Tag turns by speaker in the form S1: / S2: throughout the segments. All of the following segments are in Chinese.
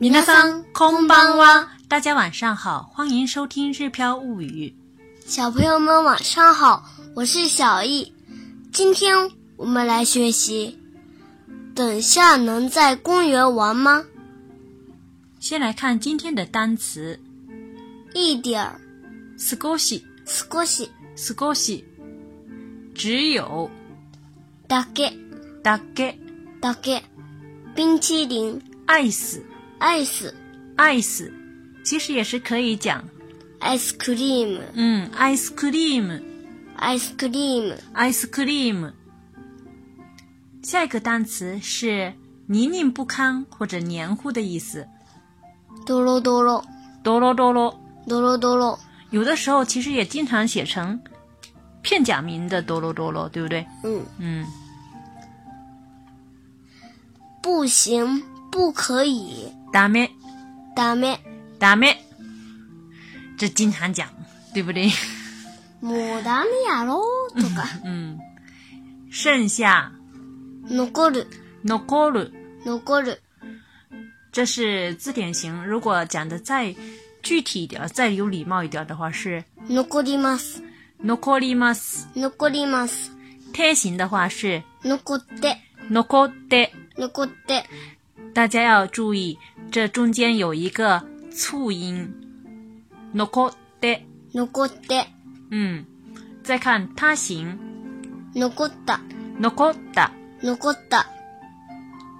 S1: 皆さんこんばんは。
S2: 大家晚上好，欢迎收听《日飘物语
S3: 小朋友们晚上好，我是小易。今天我们来学习，等下能在公园玩吗？》。
S2: 先来看今天的单词：
S3: 一点儿，
S2: 少し、
S3: 少し
S2: 少し、只有、
S3: だけ
S2: だけ、
S3: だけ。冰淇淋、
S2: 爱死、
S3: アイス、
S2: 爱死，其实也是可以讲，
S3: アイスクリーム、
S2: 嗯，ice cream。
S3: アイスクリーム、
S2: ice cream。下一个单词是泥泞不堪或者黏糊的意思。
S3: ドロドロ、
S2: 哆啰哆啰，
S3: ドロドロ。
S2: 有的时候其实也经常写成片假名的哆啰哆啰，对不对？
S3: 嗯，
S2: 嗯，
S3: 不行，不可以，
S2: ダメ
S3: ダメ。
S2: ダメ，这经常讲，对不对？
S3: もうダメやろとか。
S2: 嗯，剩下
S3: 残る、
S2: 残る，
S3: 残る。
S2: 这是字典型。如果讲的再具体一点、再有礼貌一点的话是
S3: 残ります。
S2: 残ります。
S3: 残ります。
S2: 贴形的话是
S3: 残って、
S2: 残って。
S3: 残って。
S2: 大家要注意，这中间有一个促音，noko de。
S3: 残って、
S2: 嗯，再看他行
S3: 残った、
S2: ，noko da。
S3: 残った。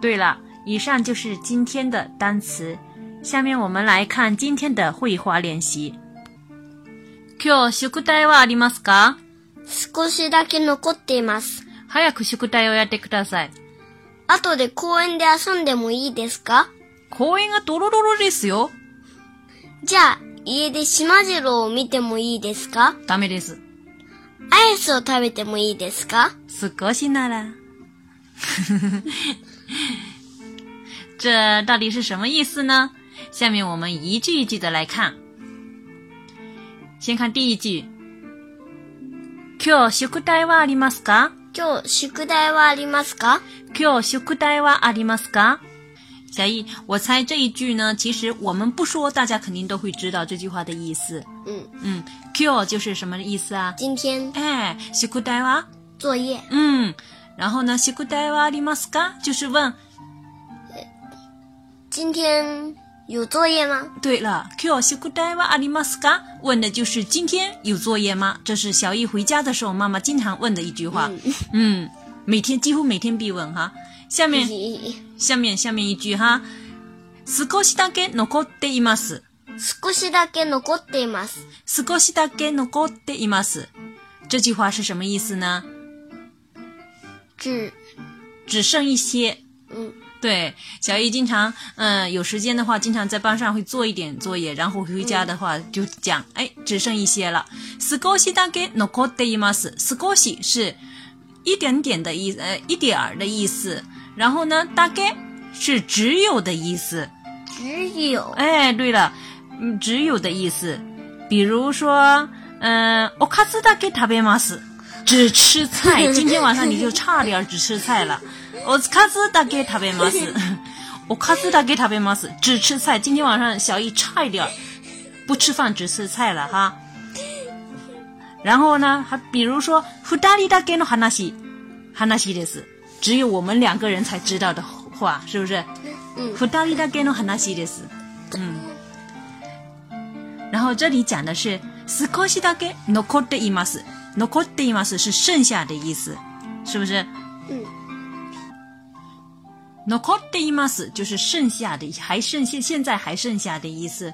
S2: 对了，以上就是今天的单词。下面我们来看今天的绘画练习。今日宿題はありますか？
S3: 少しだけ残っています。
S2: 早く宿題をやってください。
S3: 後で公園で遊んでもいいですか
S2: 公園がドロドロですよ。
S3: じゃあ、家でしまじろうを見てもいいですか
S2: ダメです。
S3: アイスを食べてもいいですか
S2: 少しなら。 这到底是什么意思呢？下面我们一句一句的来看。先看第一句。今日宿題はありますか？
S3: 今日、宿題はありますか
S2: 今日宿題はありますか？小易，我猜这一句呢，其实我们不说，大家肯定都会知道这句话的意思。
S3: うん。
S2: 嗯，q 就是什么意思啊？
S3: 今天、
S2: 哎，宿題は
S3: 作业。
S2: 嗯，然后呢，宿題はありますか？就是问。
S3: 今天、有作业吗
S2: 对了，Q 宿題はありますか？问的就是今天有作业吗？这是小易回家的时候妈妈经常问的一句话。嗯，每天几乎每天必问哈。下面下面下面一句哈，少しだけ残っています。
S3: 少しだけ残っています。
S2: 少しだけ残っています。这句话是什么意思呢？
S3: 只、
S2: 只剩一些，
S3: うん。
S2: 对，小易经常，嗯、有时间的话，经常在班上会做一点作业，然后回家的话就讲，哎，只剩一些了。少しだけ残っています。少し是一点点的意思，呃，一点儿的意思。然后呢，大概是只有的意思。
S3: 只有、
S2: 哎，对了，嗯，只有的意思。比如说，嗯、おかずだけ食べます，只吃菜。今天晚上你就差点儿只吃菜了。おかずだけ食べます，おかずだけ食べます，只吃菜。今天晚上小易差一点儿不吃饭只吃菜了哈。然后呢，还比如说，二人だけの話，話です，只有我们两个人才知道的话，是不是？
S3: 嗯
S2: 二人だけの話です。嗯。然后这里讲的是少しだけ残っています，残っています是剩下的意思，是不是？
S3: 嗯。
S2: 残っています就是剩下的，还剩现现在还剩下的意思。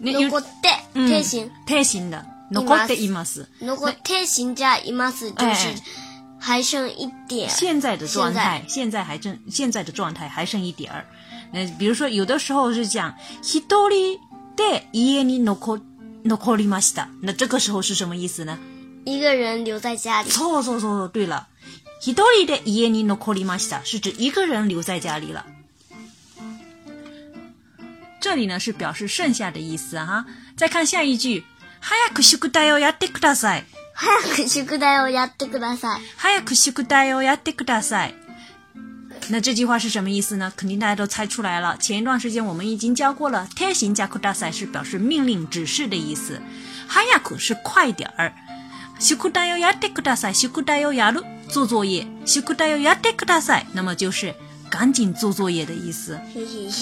S2: 那有
S3: 残って、
S2: 嗯
S3: 停止。
S2: 定型的残っています，
S3: 残って死んじゃいます。就是
S2: 哎
S3: 还剩一点。
S2: 现在的状态，现在还正现在的状态还剩一点儿。嗯、比如说有的时候是讲一人で家に残残りました，那这个时候是什么意思呢？
S3: 一个人留在家里。
S2: 错错错错，对了，一人で家に残りました是指一个人留在家里了。这里呢是表示剩下的意思哈。再看下一句，早く宿題をやってください。
S3: 早く宿題をやってください。
S2: 早く宿題をやってください。那这句话是什么意思呢？肯定大家都猜出来了。前一段时间我们已经教过了，天行加库大赛是表示命令、指示的意思。哈亚库是快点儿。西库大よやってください。西库大よやる做作业。西库大よやってください。那么就是赶紧做作业的意思。
S3: 嘿嘿嘿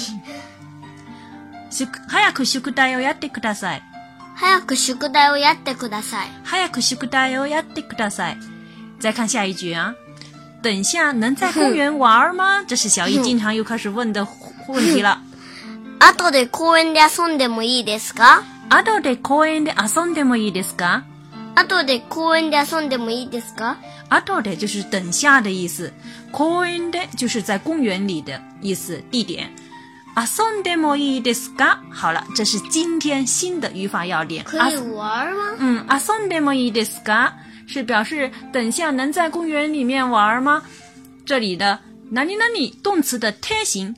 S2: しゅ早く宿題をやってください。
S3: 早く宿題をやってください。
S2: 早く宿題をやってください。再看下一句啊，等一下能在公园玩吗？这是小易经常又开始问的问题了。
S3: 後で公園で遊んでもいいですか
S2: 後で公園で遊んでもいいですか？
S3: 後で公園で遊んでもいいですか
S2: 後で就是等下的意思，公園で就是在公园里的意思，地点。遊んでもいいですか？好了，这是今天新的语法要点。
S3: 可以玩吗
S2: 嗯，阿桑でもいいですか？是表示等下能在公园里面玩吗？这里的哪里哪里动词的贴形，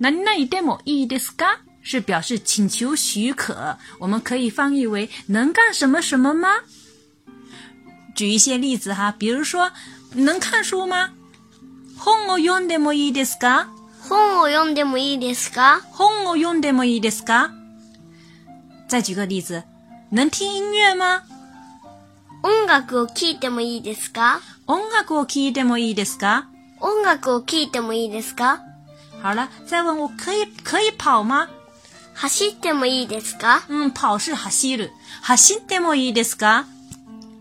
S2: 哪里哪里でもいいですか？是表示请求许可，我们可以翻译为能干什么什么吗？举一些例子哈，比如说能看书吗？本を読んでもいいですか？
S3: 本を読んでもいいですか
S2: 本を読んでもいいですか？再举个例子，能听音乐吗？
S3: 音楽を聴いてもいいですか
S2: 音楽を聴いてもいいですか
S3: 音楽を聴いてもいいですか
S2: 好了，再问我可以可以跑吗？
S3: 走ってもいいですか
S2: 嗯，跑是走る。走ってもいいですか？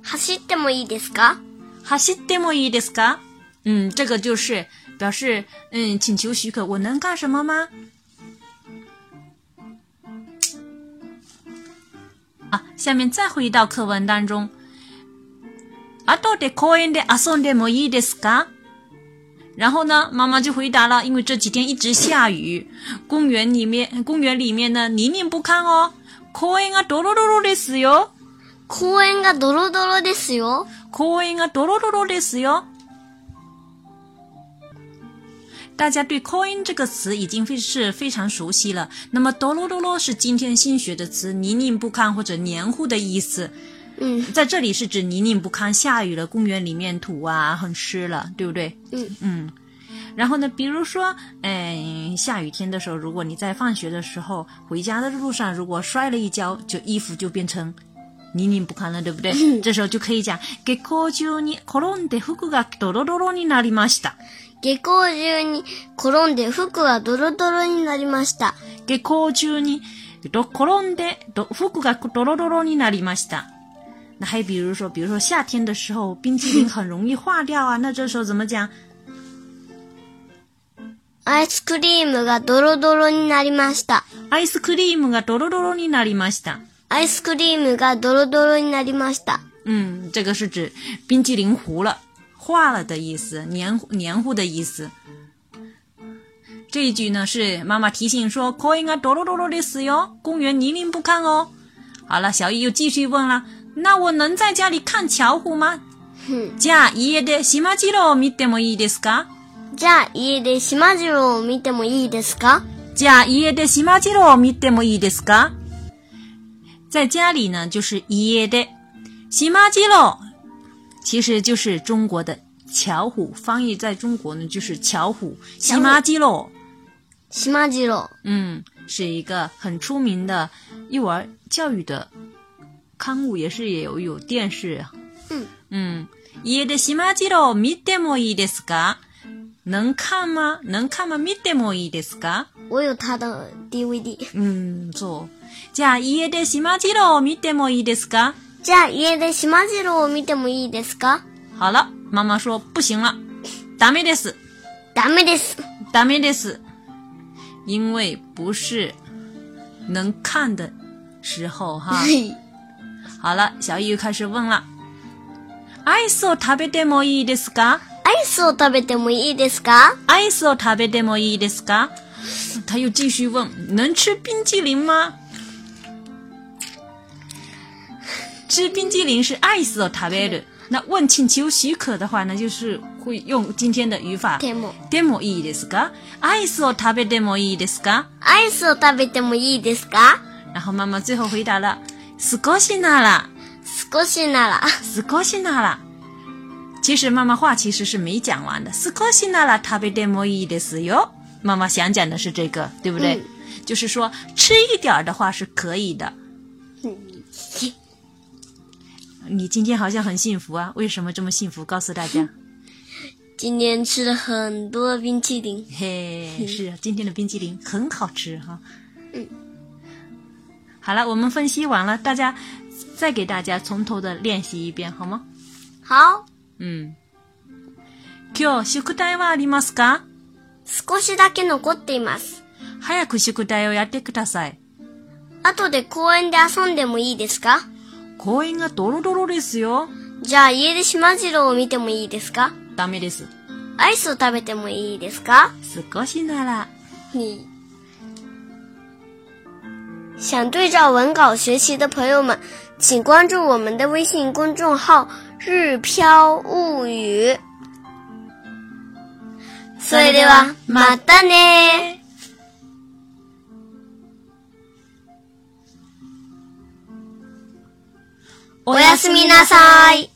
S3: 走ってもいいですか
S2: 走ってもいいですか？嗯，这个就是表示嗯请求许可，我能干什么吗？啊，下面再回到课文当中。後で公園で遊んでもいいですか？然后呢，妈妈就回答了，因为这几天一直下雨，公园里面公园里面呢泥泞不堪哦。公園がドロドロですよ。
S3: 公園がドロドロですよ。
S2: 公園がドロドロですよ。大家对“公园”这个词已经非是非常熟悉了。那么“ドロドロ”是今天新学的词，泥泞不堪或者黏糊的意思。
S3: 嗯
S2: 在这里是指泥泞不堪，下雨了，公园里面土啊很湿了，对不对？
S3: 嗯
S2: 嗯。然后呢，比如说，嗯，下雨天的时候，如果你在放学的时候回家的路上，如果摔了一跤，就衣服就变成泥泞不堪了，对不对？这时候就可以讲，下校中に転んで服がドロドロになりました。
S3: 下校中に転んで服はドロドロになりました。
S2: 下校中にど転んでど服がドロドロになりました。那还比如说，比如说夏天的时候，冰淇淋很容易化掉啊，那这时候怎么讲？
S3: アイスクリームがドロドロになりました。
S2: アイスクリームがドロドロになりました。
S3: アイスクリームがドロドロになりました。
S2: 嗯，这个是指冰激凌糊了、化了的意思，黏糊黏糊的意思。这一句呢是妈妈提醒说，啊公园がドロドロですよ，公园泥泞不堪哦。好了，小易又继续问了，那我能在家里看巧虎吗？
S3: ふん
S2: じゃあ家でシマジロを見てもいいですか？
S3: じゃあ家で島次郎を見てもいいですか
S2: じゃあ家でしまじろうを見てもいいですか在家里呢，就是家でしまじろう，其实就是中国的巧虎，翻译在中国呢就是巧虎。しまじろう，
S3: 島次郎。
S2: 嗯，是一个很出名的幼儿教育的刊物，也是也有有电视。
S3: 嗯
S2: 嗯，家でしまじろうを見てもいいですか？能看吗？能看吗？見てもいいですか？
S3: 我有他的 DVD。
S2: 嗯，そう。じゃあ家でしまじろうを見てもいいですか？
S3: じゃあ家で島次郎を見てもいいですか
S2: 好了，妈妈说不行了，ダメです，
S3: ダメです。
S2: ダメです，因为不是能看的时候哈
S3: は。い。
S2: 好了，小易又开始问了，アイスを食べてもいいですか？
S3: アイスを食べてもいいですか
S2: アイスを食べてもいいですか？他又继续问，能吃冰激凌吗？吃冰激凌是アイスを食べる。那问请求许可的话呢，就是会用今天的语法。
S3: でも、
S2: でもいいですか？アイスを食べてもいいですか？
S3: アイスを食べてもいいですか
S2: 然后妈妈最后回答了，少しなら，
S3: 少しなら。
S2: 少しなら。其实妈妈话其实是没讲完的。少しなら食べてもいいですよ。妈妈想讲的是这个，对不对？
S3: 嗯
S2: 就是说吃一点儿的话是可以的。你今天好像很幸福啊，为什么这么幸福？告诉大家。
S3: 今天吃了很多冰淇淋，
S2: 嘿，是啊今天的冰激凌很好吃哈。嗯，好了，我们分析完了，大家再给大家从头的练习一遍好吗？
S3: 好，
S2: 嗯。今日宿題はありますか？
S3: 少しだけ残っています。
S2: 早く宿題をやってください。
S3: 後で公園で遊んでもいいですか
S2: 公園がドロドロですよ。
S3: じゃあ家でしまじろうを見てもいいですか
S2: ダメです。
S3: アイスを食べてもいいですか
S2: 少しなら。
S3: 你想对照文稿学习的朋友们，请关注我们的微信公众号“日飘物语”。それではまたねおやすみなさい。